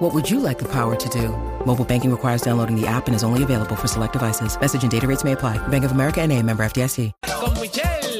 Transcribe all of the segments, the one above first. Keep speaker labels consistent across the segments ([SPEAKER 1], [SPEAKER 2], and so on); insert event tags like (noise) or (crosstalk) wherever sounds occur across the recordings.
[SPEAKER 1] What would you like the power to do? Mobile banking requires downloading the app and is only available for select devices. Message and data rates may apply. Bank of America and a member FDIC.
[SPEAKER 2] con Michelle,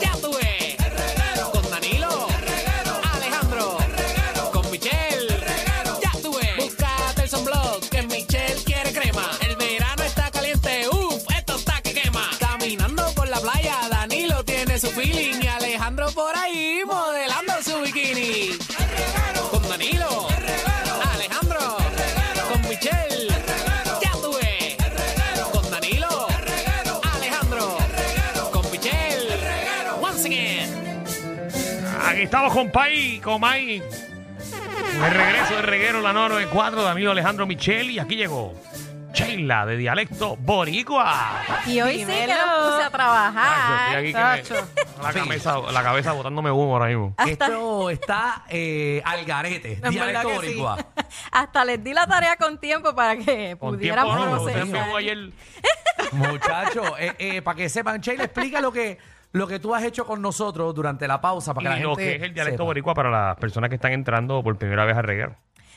[SPEAKER 2] ya tuve, con Danilo, Alejandro, con Michelle, ya tuve, búscate el sunblock que Michelle quiere crema, el verano está caliente, uff, esto está que quema, caminando por la playa, Danilo tiene su feeling y Alejandro por ahí modelando su bikini, con Danilo, Alejandro, con Michelle, ya tuve, con Danilo, Alejandro, con Michelle, once again.
[SPEAKER 3] Aquí estamos con Pai, con Mai. El regreso del reguero, la 994, Danilo Alejandro Michel. Y aquí llegó Sheila, de dialecto boricua.
[SPEAKER 4] Y hoy sí que
[SPEAKER 5] Dímelo.
[SPEAKER 4] lo puse a
[SPEAKER 3] Ay,
[SPEAKER 4] trabajar.
[SPEAKER 3] yo estoy aquí que me-
[SPEAKER 4] tacho.
[SPEAKER 3] la, cabeza, la cabeza botándome humo ahora mismo.
[SPEAKER 6] Esto está eh, al garete,
[SPEAKER 4] En verdad
[SPEAKER 6] dialecto
[SPEAKER 4] que sí. (laughs)
[SPEAKER 6] boricua. (laughs)
[SPEAKER 4] Hasta les di la tarea con tiempo para que
[SPEAKER 3] Con
[SPEAKER 4] pudieran
[SPEAKER 3] tiempo, no, usted
[SPEAKER 4] procesar.
[SPEAKER 3] empezó ayer.
[SPEAKER 6] Muchachos, eh, para que sepan, Sheila, explica lo que, lo que tú has hecho con nosotros durante la pausa para que la
[SPEAKER 3] Y
[SPEAKER 6] gente
[SPEAKER 3] lo que es el dialecto
[SPEAKER 6] sepa.
[SPEAKER 3] boricua para las personas que están entrando por primera vez al reguero.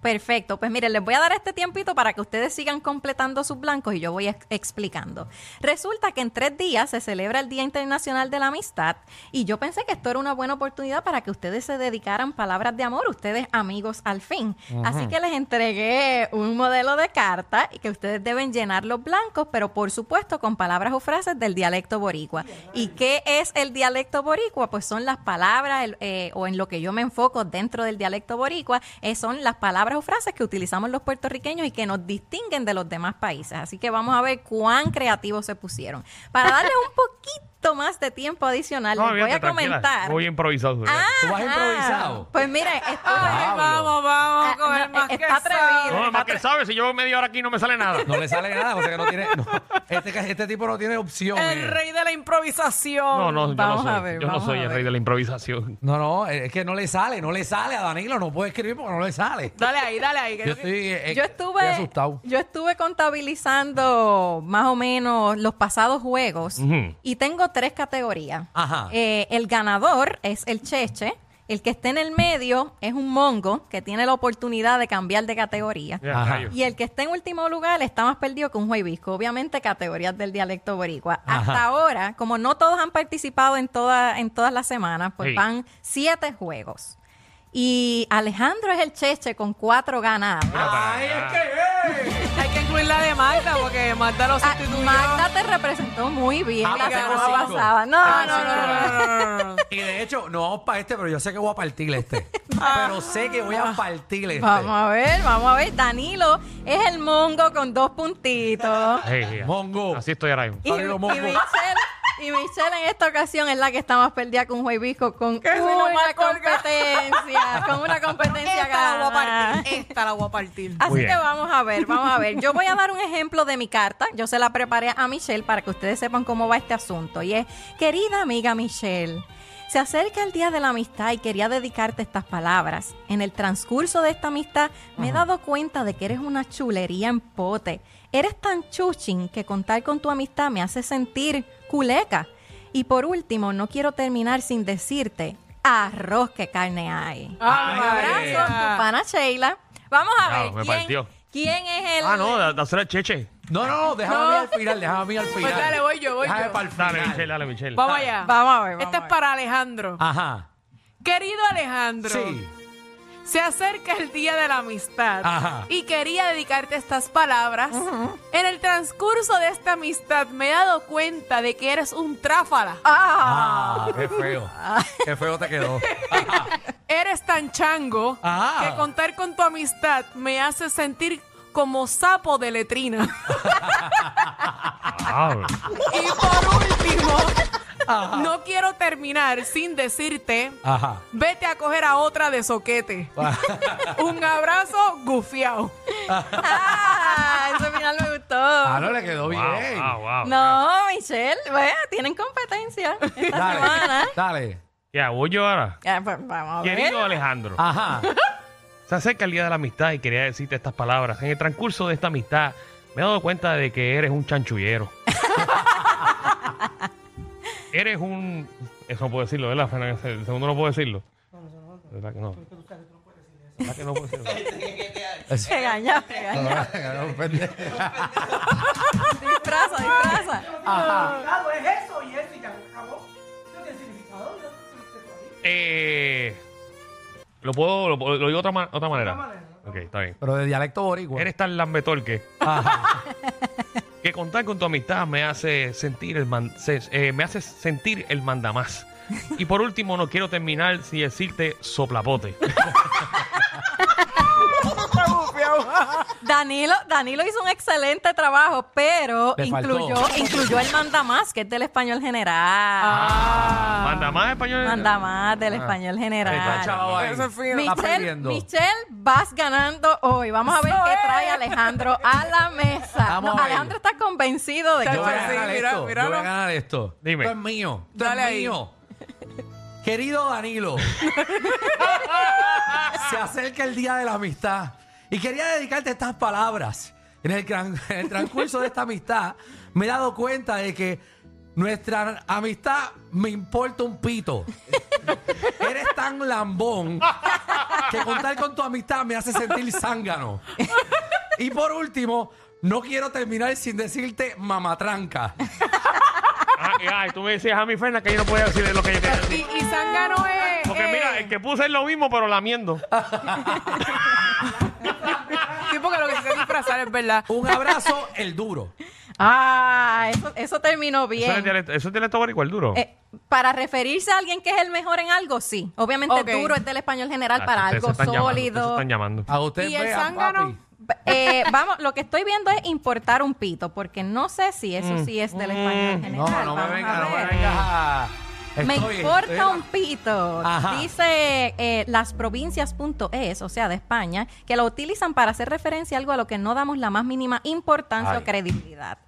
[SPEAKER 4] Perfecto. Pues miren, les voy a dar este tiempito para que ustedes sigan completando sus blancos y yo voy ex- explicando. Resulta que en tres días se celebra el Día Internacional de la Amistad y yo pensé que esto era una buena oportunidad para que ustedes se dedicaran palabras de amor, ustedes amigos al fin. Así que les entregué un modelo de carta y que ustedes deben llenar los blancos, pero por supuesto con palabras o frases del dialecto boricua. ¿Y qué es el dialecto boricua? Pues son las palabras el- eh, o en lo que yo me enfoco dentro del dialecto boricua, eh, son las palabras o frases que utilizamos los puertorriqueños y que nos distinguen de los demás países. Así que vamos a ver cuán creativos se pusieron. Para darles un poquito más de tiempo adicional, les voy
[SPEAKER 3] olvídate,
[SPEAKER 4] a
[SPEAKER 3] tranquila.
[SPEAKER 4] comentar. Ah.
[SPEAKER 3] Muy improvisado. olvídate.
[SPEAKER 6] Tú vas
[SPEAKER 4] Ajá.
[SPEAKER 6] improvisado. Ah,
[SPEAKER 4] Pues mire, esto
[SPEAKER 6] Ay, vamos,
[SPEAKER 4] vamos, está atrevido.
[SPEAKER 3] no,
[SPEAKER 4] está
[SPEAKER 3] más que sabes, si llevo media hora aquí no me sale
[SPEAKER 4] (laughs)
[SPEAKER 3] nada.
[SPEAKER 6] No le sale nada, o sea que no tiene. no, este, este tipo no tiene opción. eh.
[SPEAKER 5] de la improvisación.
[SPEAKER 3] No, no, yo no
[SPEAKER 4] Vamos
[SPEAKER 3] soy.
[SPEAKER 4] a ver,
[SPEAKER 3] yo no
[SPEAKER 4] vamos
[SPEAKER 3] soy
[SPEAKER 4] a
[SPEAKER 3] el
[SPEAKER 4] ver.
[SPEAKER 3] rey de la improvisación.
[SPEAKER 6] No, no, eh, es que no le sale, no le sale a Danilo, no puede escribir porque no le sale.
[SPEAKER 5] Dale ahí, dale ahí. que
[SPEAKER 6] Yo
[SPEAKER 5] yo-
[SPEAKER 6] estoy, eh,
[SPEAKER 4] yo
[SPEAKER 6] estoy
[SPEAKER 4] estuve
[SPEAKER 6] asustado.
[SPEAKER 4] yo estuve contabilizando más o menos los pasados juegos
[SPEAKER 3] Ujú.
[SPEAKER 4] y tengo tres categorías
[SPEAKER 6] Ajá.
[SPEAKER 4] Eh, el ganador es el cheche el que esté en el medio es un mongo que tiene la oportunidad de cambiar de categoría
[SPEAKER 3] Ya,
[SPEAKER 6] Ajá.
[SPEAKER 3] rayos.
[SPEAKER 4] y el que está en último lugar está más perdido que un juevisco. Obviamente, categorías del dialecto boricua.
[SPEAKER 6] Ajá.
[SPEAKER 4] Hasta ahora, como no todos han participado en, toda, en todas las semanas, pues
[SPEAKER 3] Sí.
[SPEAKER 4] van siete juegos. Y Alejandro es el cheche con cuatro ganados.
[SPEAKER 6] Ay, es que.
[SPEAKER 5] Hay que incluir la de Magda porque Magda lo
[SPEAKER 4] Ah,
[SPEAKER 5] sustituyó.
[SPEAKER 4] Magda te representó muy bien
[SPEAKER 6] Ah,
[SPEAKER 4] la
[SPEAKER 6] porque ganó
[SPEAKER 4] semana
[SPEAKER 6] cinco.
[SPEAKER 4] pasada. No,
[SPEAKER 5] Ah,
[SPEAKER 4] no,
[SPEAKER 5] sí,
[SPEAKER 4] no, no, no.
[SPEAKER 5] no, no, no.
[SPEAKER 6] (laughs) Y de hecho, no vamos para este, pero yo sé que voy a partir este. pero sé que voy
[SPEAKER 5] Ah.
[SPEAKER 6] a partir este.
[SPEAKER 4] Vamos a ver, vamos a ver. Danilo es el mongo con dos puntitos.
[SPEAKER 5] (laughs)
[SPEAKER 3] Ey, ey,
[SPEAKER 6] Mongo.
[SPEAKER 3] Así estoy ahora mismo.
[SPEAKER 4] Y,
[SPEAKER 6] Danilo
[SPEAKER 4] y
[SPEAKER 6] mongo.
[SPEAKER 4] Michelle, y Michelle en esta ocasión es la que está más perdida con Juevisco, con
[SPEAKER 5] Que si no
[SPEAKER 4] una
[SPEAKER 5] me colga.
[SPEAKER 4] competencia, con
[SPEAKER 5] (laughs)
[SPEAKER 4] una competencia
[SPEAKER 5] Esta la voy a
[SPEAKER 4] ganada.
[SPEAKER 5] partir. (laughs) Esta la voy a partir.
[SPEAKER 4] Así
[SPEAKER 3] Muy
[SPEAKER 4] que
[SPEAKER 3] bien.
[SPEAKER 4] vamos a ver, vamos a ver. Yo voy a dar un ejemplo de mi carta. Yo se la preparé a Michelle para que ustedes sepan cómo va este asunto. Y es, querida amiga Michelle, se acerca el Día de la Amistad y quería dedicarte estas palabras. En el transcurso de esta amistad me he dado cuenta de que eres una chulería en pote. Eres tan chuchín que contar con tu amistad me hace sentir culeca. Y por último, no quiero terminar sin decirte, arroz que carne hay.
[SPEAKER 5] Ah,
[SPEAKER 4] Un
[SPEAKER 5] María.
[SPEAKER 4] abrazo, tu pana Sheila. Vamos a
[SPEAKER 3] Claro,
[SPEAKER 4] ver
[SPEAKER 3] me
[SPEAKER 4] quién,
[SPEAKER 3] partió.
[SPEAKER 4] quién es el.
[SPEAKER 3] Ah, no, de, de hacer el cheche.
[SPEAKER 6] No, no, no, déjame a mí al final, déjame a mí al final.
[SPEAKER 5] Pues dale, voy yo, voy
[SPEAKER 6] Déjame
[SPEAKER 5] yo.
[SPEAKER 6] para el final.
[SPEAKER 3] Dale, Michelle, dale, Michelle.
[SPEAKER 5] Vamos allá.
[SPEAKER 4] Vamos a ver.
[SPEAKER 5] Esta es para Alejandro.
[SPEAKER 6] Ajá.
[SPEAKER 5] Querido Alejandro,
[SPEAKER 6] Ah. Sí.
[SPEAKER 5] se acerca el día de la amistad
[SPEAKER 6] Ajá.
[SPEAKER 5] y quería dedicarte estas palabras. En el transcurso de esta amistad me he dado cuenta de que eres un tráfala.
[SPEAKER 6] Ah, qué
[SPEAKER 5] (laughs)
[SPEAKER 6] feo. Qué feo te quedó.
[SPEAKER 5] Eres tan chango
[SPEAKER 6] Ah.
[SPEAKER 5] que contar con tu amistad me hace sentir como sapo de letrina.
[SPEAKER 3] (laughs) Ah,
[SPEAKER 5] y por último, no quiero terminar sin decirte,
[SPEAKER 6] Ajá.
[SPEAKER 5] vete a coger a otra de soquete. Un abrazo gufiao.
[SPEAKER 4] (laughs) Ah, ese final me gustó. gustó.
[SPEAKER 6] Ah, no, le quedó
[SPEAKER 3] Wow,
[SPEAKER 6] bien.
[SPEAKER 3] wow, wow.
[SPEAKER 4] No, Michelle, vea, tienen competencia esta semana.
[SPEAKER 6] Dale, dale.
[SPEAKER 3] Ya, voy yo ahora.
[SPEAKER 4] Ah, pues, vamos a ver.
[SPEAKER 3] Querido Alejandro,
[SPEAKER 6] Ajá.
[SPEAKER 3] se acerca el día de la amistad y quería decirte estas palabras. En el transcurso de esta amistad, me he dado cuenta de que eres un (laughs) chanchullero. eres un. Eso no puedo decirlo, ¿verdad, Fernan? El segundo no puedo decirlo. ¿Verdad que no? ¿Verdad que no puedo decirlo?
[SPEAKER 4] Regaña, regaña.
[SPEAKER 6] No, pendejo.
[SPEAKER 4] Disfraza, disfraza.
[SPEAKER 7] Claro, es eso y eso y ya acabó. No tiene significado. ya no tiene significado.
[SPEAKER 3] Eh, lo puedo, lo, lo digo de otra, ma- otra manera. Ok, está bien.
[SPEAKER 6] Pero de dialecto boricua.
[SPEAKER 3] Eres tan lambetol que,
[SPEAKER 6] Ajá.
[SPEAKER 3] que contar con tu amistad me hace sentir el man- se- eh, me hace sentir el mandamás. Y por último, no quiero terminar sin decirte soplapote.
[SPEAKER 4] Danilo, Danilo hizo un excelente trabajo, pero
[SPEAKER 6] Le faltó.
[SPEAKER 4] incluyó, incluyó el mandamás, que es del español general. Ah.
[SPEAKER 3] mandamás en español.
[SPEAKER 4] mandamás del español
[SPEAKER 6] Está
[SPEAKER 4] general.
[SPEAKER 6] chavo ahí.
[SPEAKER 5] Ese es fino.
[SPEAKER 6] Está
[SPEAKER 4] Michelle,
[SPEAKER 6] aprendiendo.
[SPEAKER 4] Michelle, vas ganando hoy. Vamos a ver
[SPEAKER 5] Eso
[SPEAKER 4] qué
[SPEAKER 5] es.
[SPEAKER 4] trae Alejandro a la mesa.
[SPEAKER 6] Vamos
[SPEAKER 4] No,
[SPEAKER 6] a ver.
[SPEAKER 4] Alejandro está convencido de que
[SPEAKER 6] Yo voy a
[SPEAKER 5] Sí,
[SPEAKER 6] ganar
[SPEAKER 5] mira,
[SPEAKER 6] esto. Yo
[SPEAKER 5] míralo.
[SPEAKER 6] voy a ganar esto.
[SPEAKER 3] Dime.
[SPEAKER 6] Esto es mío. Esto
[SPEAKER 5] Dale
[SPEAKER 6] es
[SPEAKER 5] ahí.
[SPEAKER 6] mío. Querido
[SPEAKER 5] (laughs)
[SPEAKER 6] Danilo, se acerca el día de la amistad y quería dedicarte estas palabras. En el, gran- en el transcurso de esta amistad me he dado cuenta de que nuestra amistad me importa un pito. Eres tan lambón que contar con tu amistad me hace sentir zángano. Y por último, no quiero terminar sin decirte mamatranca.
[SPEAKER 3] Ah, y, ah, y tú me decías a mi Ferna que yo no podía decir lo que yo quería decir.
[SPEAKER 5] Y, y Zangano es.
[SPEAKER 3] Porque
[SPEAKER 5] eh,
[SPEAKER 3] mira, el que puse es lo mismo, pero lamiendo.
[SPEAKER 5] Sí, porque lo que se disfrazar es verdad.
[SPEAKER 6] Un abrazo, el duro.
[SPEAKER 4] Ah, eso, eso terminó
[SPEAKER 3] Eso es
[SPEAKER 4] bien.
[SPEAKER 3] dialecto, eso es dialecto boricua, el duro.
[SPEAKER 4] Eh, para referirse a alguien que es el mejor en algo, sí. Obviamente
[SPEAKER 5] Ok.
[SPEAKER 4] duro es del español general
[SPEAKER 3] Ah,
[SPEAKER 4] para
[SPEAKER 3] ustedes se
[SPEAKER 4] algo
[SPEAKER 3] están llamando, ustedes se
[SPEAKER 4] sólido. Ah.
[SPEAKER 3] están llamando.
[SPEAKER 6] A usted
[SPEAKER 5] ¿Y el
[SPEAKER 6] vean,
[SPEAKER 5] zángano?
[SPEAKER 6] papi.
[SPEAKER 4] Eh, vamos, lo que estoy viendo es importar un pito, porque no sé si eso sí es del español general.
[SPEAKER 6] No, no me
[SPEAKER 4] Vamos
[SPEAKER 6] venga,
[SPEAKER 4] a
[SPEAKER 6] no me
[SPEAKER 4] ver.
[SPEAKER 6] venga. a-
[SPEAKER 4] Me
[SPEAKER 6] Estoy- estoy en
[SPEAKER 4] importa
[SPEAKER 6] la-
[SPEAKER 4] un pito,
[SPEAKER 6] Ajá.
[SPEAKER 4] dice eh, lasprovincias.es, o sea, de España, que lo utilizan para hacer referencia a algo a lo que no damos la más mínima importancia o credibilidad.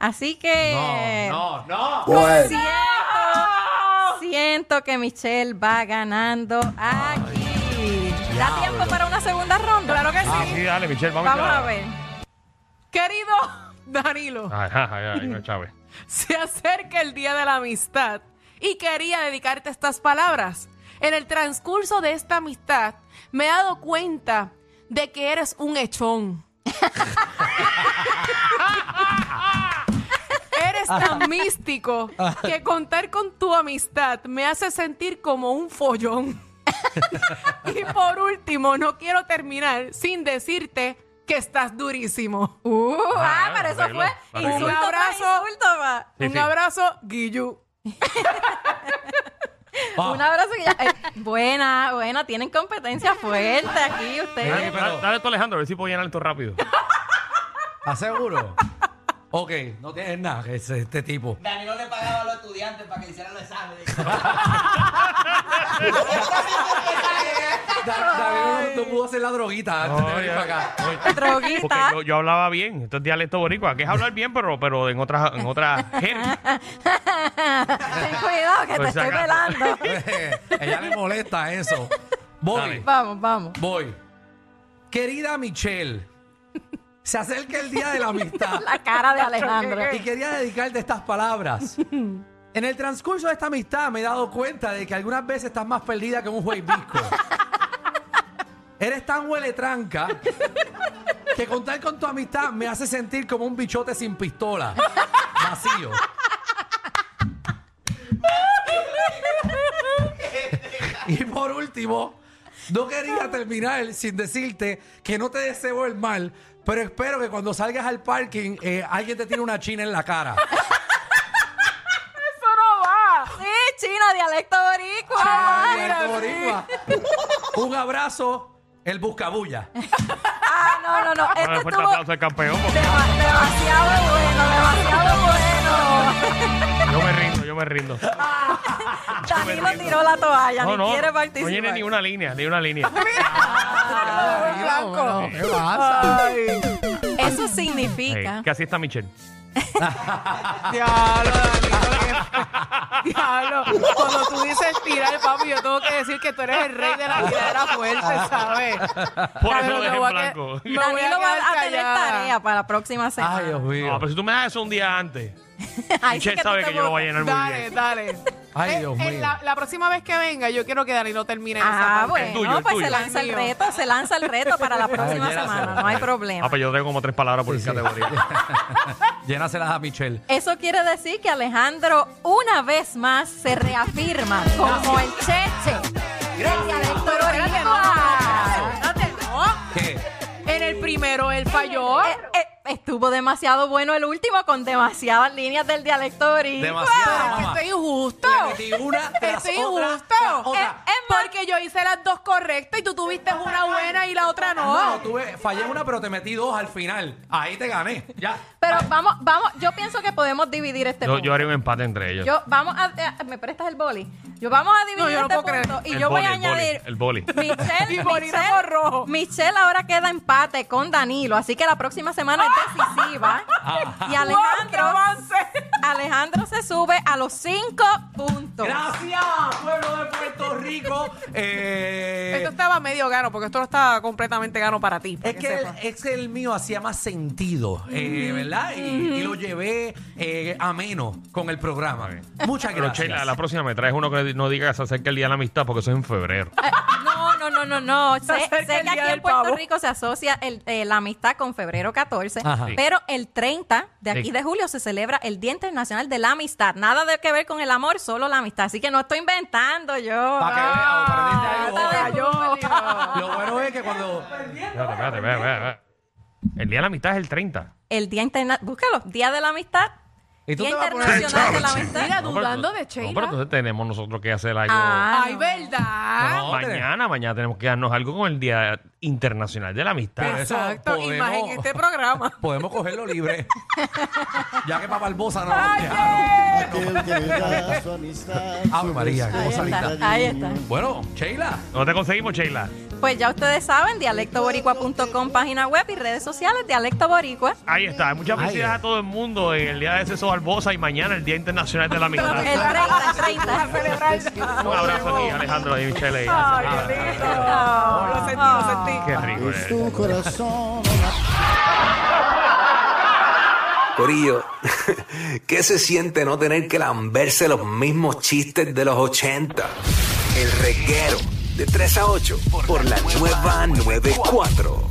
[SPEAKER 4] Así que...
[SPEAKER 6] No, no, no.
[SPEAKER 4] Siento, siento que Michelle va ganando aquí. ¿Da
[SPEAKER 6] diablo.
[SPEAKER 4] tiempo para una segunda ronda?
[SPEAKER 5] Claro que sí.
[SPEAKER 3] Ah, Sí, dale, Michelle, vamos,
[SPEAKER 4] Vamos a ver.
[SPEAKER 5] Querido Danilo,
[SPEAKER 3] Ajá, ajá, ahí va Chávez.
[SPEAKER 5] (laughs) se acerca el día de la amistad y quería dedicarte estas palabras. En el transcurso de esta amistad me he dado cuenta de que eres un echón. (laughs) eres tan místico que contar con tu amistad me hace sentir como un follón. (laughs) y por último, no quiero terminar sin decirte que estás durísimo.
[SPEAKER 4] Uh, (laughs) ah,
[SPEAKER 3] Ah,
[SPEAKER 4] pero eso
[SPEAKER 3] arregló,
[SPEAKER 4] fue
[SPEAKER 3] arregló.
[SPEAKER 4] insulto,
[SPEAKER 5] Un
[SPEAKER 4] abrazo.
[SPEAKER 5] abrazo.
[SPEAKER 4] insulto, va.
[SPEAKER 3] Sí,
[SPEAKER 5] un
[SPEAKER 3] sí.
[SPEAKER 5] abrazo, Guillu.
[SPEAKER 6] Ah,
[SPEAKER 4] Un abrazo que ya- eh, buena, buena, tienen competencia fuerte aquí ustedes.
[SPEAKER 3] Dale,
[SPEAKER 6] Pero-
[SPEAKER 3] dale, dale esto, Alejandro, a ver si puedo llenar esto rápido.
[SPEAKER 6] ¿Aseguro? ok, no tienes nada, que es
[SPEAKER 4] (laughs)
[SPEAKER 6] este tipo.
[SPEAKER 7] Danilo le pagaba a los estudiantes para que hicieran los exámenes.
[SPEAKER 6] Da- David no, no pudo hacer la droguita antes de
[SPEAKER 3] Oye,
[SPEAKER 6] venir para acá.
[SPEAKER 3] oye. Porque
[SPEAKER 4] Droguita.
[SPEAKER 3] yo, yo hablaba bien, esto es dialecto boricua, que es hablar bien, pero, pero en otras en otras jerga.
[SPEAKER 4] Ten cuidado que
[SPEAKER 3] Por
[SPEAKER 4] te
[SPEAKER 3] si
[SPEAKER 4] estoy
[SPEAKER 3] acaso.
[SPEAKER 4] velando.
[SPEAKER 6] (laughs) Ella le molesta eso. Voy,
[SPEAKER 3] Dale.
[SPEAKER 4] Vamos, vamos.
[SPEAKER 6] voy. Querida Michelle, se acerca el día de la
[SPEAKER 4] (laughs)
[SPEAKER 6] amistad.
[SPEAKER 4] La cara
[SPEAKER 5] (laughs)
[SPEAKER 4] de Alejandro.
[SPEAKER 6] Y quería dedicarte estas palabras. En el transcurso de esta amistad me he dado cuenta de que algunas veces estás más perdida que un juevisco. Eres tan huele tranca que contar con tu amistad me hace sentir como un bichote sin pistola, vacío. Y por último, no quería terminar sin decirte que no te deseo el mal, pero espero que cuando salgas al parking eh, alguien te tire una china en la cara.
[SPEAKER 5] ¡Eso no va!
[SPEAKER 4] Sí, China, dialecto boricua.
[SPEAKER 6] Ah, boricua. Un abrazo, el
[SPEAKER 5] (laughs)
[SPEAKER 6] buscabulla.
[SPEAKER 4] Ah, no, no, no.
[SPEAKER 3] Dale
[SPEAKER 4] Esto
[SPEAKER 3] fuerte
[SPEAKER 4] estuvo
[SPEAKER 3] aplauso al campeón, porque
[SPEAKER 4] dema- demasiado bueno, demasiado bueno.
[SPEAKER 3] yo me rindo, yo me rindo.
[SPEAKER 4] Danilo tiró la toalla,
[SPEAKER 3] No,
[SPEAKER 4] ni
[SPEAKER 3] no,
[SPEAKER 4] quiere
[SPEAKER 3] no
[SPEAKER 4] participar.
[SPEAKER 3] tiene ni una línea, ni una línea.
[SPEAKER 6] Blanco.
[SPEAKER 3] pues,
[SPEAKER 4] Esto Eso significa.
[SPEAKER 3] Eh, que así está Michelle.
[SPEAKER 5] Diablo, Danilo, que-
[SPEAKER 3] (laughs)
[SPEAKER 5] Diablo. Cuando tú dices tirar, papi, yo tengo que decir que tú eres el rey de la tiradera fuerte, ¿sabes?
[SPEAKER 3] Por
[SPEAKER 5] Pero
[SPEAKER 3] eso lo
[SPEAKER 5] me
[SPEAKER 3] dejé en
[SPEAKER 5] voy a
[SPEAKER 3] blanco.
[SPEAKER 5] que- me voy a
[SPEAKER 4] Danilo va
[SPEAKER 5] quedar
[SPEAKER 4] a tener
[SPEAKER 5] callada.
[SPEAKER 4] tarea para la próxima semana. (laughs)
[SPEAKER 6] Ay, Dios mío.
[SPEAKER 3] No, pero si tú me das eso un día antes,
[SPEAKER 4] Ahí sí
[SPEAKER 3] Michelle
[SPEAKER 4] tú
[SPEAKER 3] sabe
[SPEAKER 4] te
[SPEAKER 3] que yo lo voy a
[SPEAKER 4] botas.
[SPEAKER 3] llenar muy
[SPEAKER 5] Dale,
[SPEAKER 3] bien.
[SPEAKER 5] dale.
[SPEAKER 6] Ay,
[SPEAKER 5] Eh,
[SPEAKER 6] Dios
[SPEAKER 5] en
[SPEAKER 6] mío.
[SPEAKER 5] La, la próxima vez que venga, yo quiero que Danilo termine
[SPEAKER 4] (laughs) Ah,
[SPEAKER 5] esa parte.
[SPEAKER 4] bueno,
[SPEAKER 3] tuyo, el
[SPEAKER 4] pues
[SPEAKER 3] tuyo.
[SPEAKER 4] se lanza el
[SPEAKER 5] Mío.
[SPEAKER 4] reto, se lanza el reto para la próxima
[SPEAKER 6] ya la
[SPEAKER 4] semana,
[SPEAKER 6] sabes.
[SPEAKER 4] no hay
[SPEAKER 3] Ah,
[SPEAKER 4] problema.
[SPEAKER 3] pues yo tengo como tres palabras por
[SPEAKER 6] Sí,
[SPEAKER 4] (laughs)
[SPEAKER 6] sí.
[SPEAKER 3] categoría.
[SPEAKER 6] Llénaselas a Michelle.
[SPEAKER 4] Eso quiere decir que Alejandro una vez más se reafirma como el cheche. Gracias,
[SPEAKER 5] Pero espérate, no, no, no, espérate, no.
[SPEAKER 6] ¿Qué?
[SPEAKER 5] En el primero él falló.
[SPEAKER 4] Eh, Estuvo demasiado bueno el último con demasiadas líneas del dialecto boricua.
[SPEAKER 6] Demasiado,
[SPEAKER 5] Pero es que
[SPEAKER 6] mamá.
[SPEAKER 5] estoy injusto.
[SPEAKER 6] Le metí una tras
[SPEAKER 5] Estoy
[SPEAKER 6] otra,
[SPEAKER 5] injusto.
[SPEAKER 6] tras otra.
[SPEAKER 5] Es, es más, porque yo hice las dos correctas y tú tuviste una buena y la otra
[SPEAKER 6] No,
[SPEAKER 5] no.
[SPEAKER 6] tuve, fallé una, pero te metí dos al final. Ahí te gané. Ya.
[SPEAKER 4] Pero vamos, vamos, yo pienso que podemos dividir este
[SPEAKER 3] Yo,
[SPEAKER 4] punto.
[SPEAKER 3] yo haría un empate entre ellos.
[SPEAKER 4] Yo vamos a, eh, me prestas el boli. Yo vamos a dividir
[SPEAKER 5] No, yo no
[SPEAKER 4] este
[SPEAKER 5] puedo creer.
[SPEAKER 4] punto y
[SPEAKER 3] El
[SPEAKER 4] yo voy
[SPEAKER 3] boli,
[SPEAKER 4] a
[SPEAKER 3] el boli,
[SPEAKER 4] añadir
[SPEAKER 3] el boli.
[SPEAKER 4] (laughs) Michelle,
[SPEAKER 5] (laughs) Y bolígrafo
[SPEAKER 4] Michelle,
[SPEAKER 5] rojo.
[SPEAKER 4] Michelle ahora queda empate con Danilo, así que la próxima semana es decisiva
[SPEAKER 3] Ah.
[SPEAKER 4] y
[SPEAKER 5] Wow, qué
[SPEAKER 4] Alejandro
[SPEAKER 5] avance.
[SPEAKER 4] Alejandro se sube a los cinco puntos.
[SPEAKER 6] Gracias, pueblo de Puerto Rico. Eh,
[SPEAKER 5] Esto estaba medio gano, porque esto no estaba completamente gano para ti. para
[SPEAKER 6] Es que, el,
[SPEAKER 5] sepas.
[SPEAKER 6] es que el mío hacía más sentido, eh, ¿verdad? Y, y lo llevé eh, ameno con el programa. Muchas
[SPEAKER 3] Pero
[SPEAKER 6] gracias.
[SPEAKER 3] Sheila, la próxima me traes uno que no diga que se acerca el día de la amistad porque eso es en febrero.
[SPEAKER 4] Eh, No, no, no, no, no.
[SPEAKER 5] (laughs)
[SPEAKER 4] Sé,
[SPEAKER 5] acerca
[SPEAKER 4] sé
[SPEAKER 5] el
[SPEAKER 4] que
[SPEAKER 5] día
[SPEAKER 4] aquí en
[SPEAKER 5] del
[SPEAKER 4] Puerto
[SPEAKER 5] pavo.
[SPEAKER 4] Rico se asocia el- eh, la amistad con febrero 14,
[SPEAKER 6] Ajá. Sí.
[SPEAKER 4] pero el 30 de aquí
[SPEAKER 3] Sí.
[SPEAKER 4] de julio se celebra el Día Internacional de la Amistad. Nada de que ver con el amor, solo la amistad. Así que no estoy inventando yo.
[SPEAKER 6] Para que veas, aprendiste algo.
[SPEAKER 4] Nada de
[SPEAKER 5] Cayó.
[SPEAKER 6] Lo bueno es que cuando.
[SPEAKER 3] Espérate, espérate, espérate, espérate. El día de la amistad es el 30.
[SPEAKER 4] El Día Internacional, búscalo, Día de la Amistad.
[SPEAKER 6] ¿Y tú
[SPEAKER 4] Día
[SPEAKER 6] te vas a poner- (laughs)
[SPEAKER 4] Internacional de la Amistad.
[SPEAKER 5] Mira,
[SPEAKER 3] No, pero-
[SPEAKER 5] dudando de
[SPEAKER 3] No, pero
[SPEAKER 5] Sheila.
[SPEAKER 3] entonces tenemos nosotros que hacer algo.
[SPEAKER 4] Ah,
[SPEAKER 5] Ay,
[SPEAKER 4] no.
[SPEAKER 5] ¿verdad?
[SPEAKER 6] No,
[SPEAKER 3] mañana, mañana tenemos que darnos algo con el Día Internacional de la Amistad.
[SPEAKER 6] Pero eso
[SPEAKER 5] Exacto, y más en
[SPEAKER 6] podemos-
[SPEAKER 5] este programa.
[SPEAKER 6] (laughs) Podemos cogerlo (laughs) libre. ya que para Barbosa no
[SPEAKER 5] Ay,
[SPEAKER 6] nos dejaron.
[SPEAKER 8] Aquel que da su amistad.
[SPEAKER 6] Ave María, qué
[SPEAKER 4] Ahí está, (laughs)
[SPEAKER 6] Rosalita.
[SPEAKER 4] ahí está.
[SPEAKER 6] Bueno, Sheila.
[SPEAKER 3] ¿Dónde te conseguimos, Sheila?
[SPEAKER 4] Pues ya ustedes saben, dialectoboricua.com, página web y redes sociales, Dialecto Boricua.
[SPEAKER 3] Ahí está. Muchas
[SPEAKER 6] Ay,
[SPEAKER 3] felicidades
[SPEAKER 6] eh.
[SPEAKER 3] a todo el mundo. en El día de Ceso Barbosa y mañana el Día Internacional de la
[SPEAKER 4] (laughs) El
[SPEAKER 3] Amistad.
[SPEAKER 4] 30, el 30.
[SPEAKER 3] Un abrazo aquí, Alejandro y Michelle.
[SPEAKER 5] Ay,
[SPEAKER 3] Ah,
[SPEAKER 5] qué
[SPEAKER 3] Qué
[SPEAKER 5] rico. Lo sentí, lo sentí.
[SPEAKER 3] rico
[SPEAKER 8] Es
[SPEAKER 3] es.
[SPEAKER 8] tu corazón.
[SPEAKER 9] Corillo, (laughs) ¿qué se siente no tener que lamberse los mismos chistes de los 80? El reguero de 3 a 8 por la nueva 94.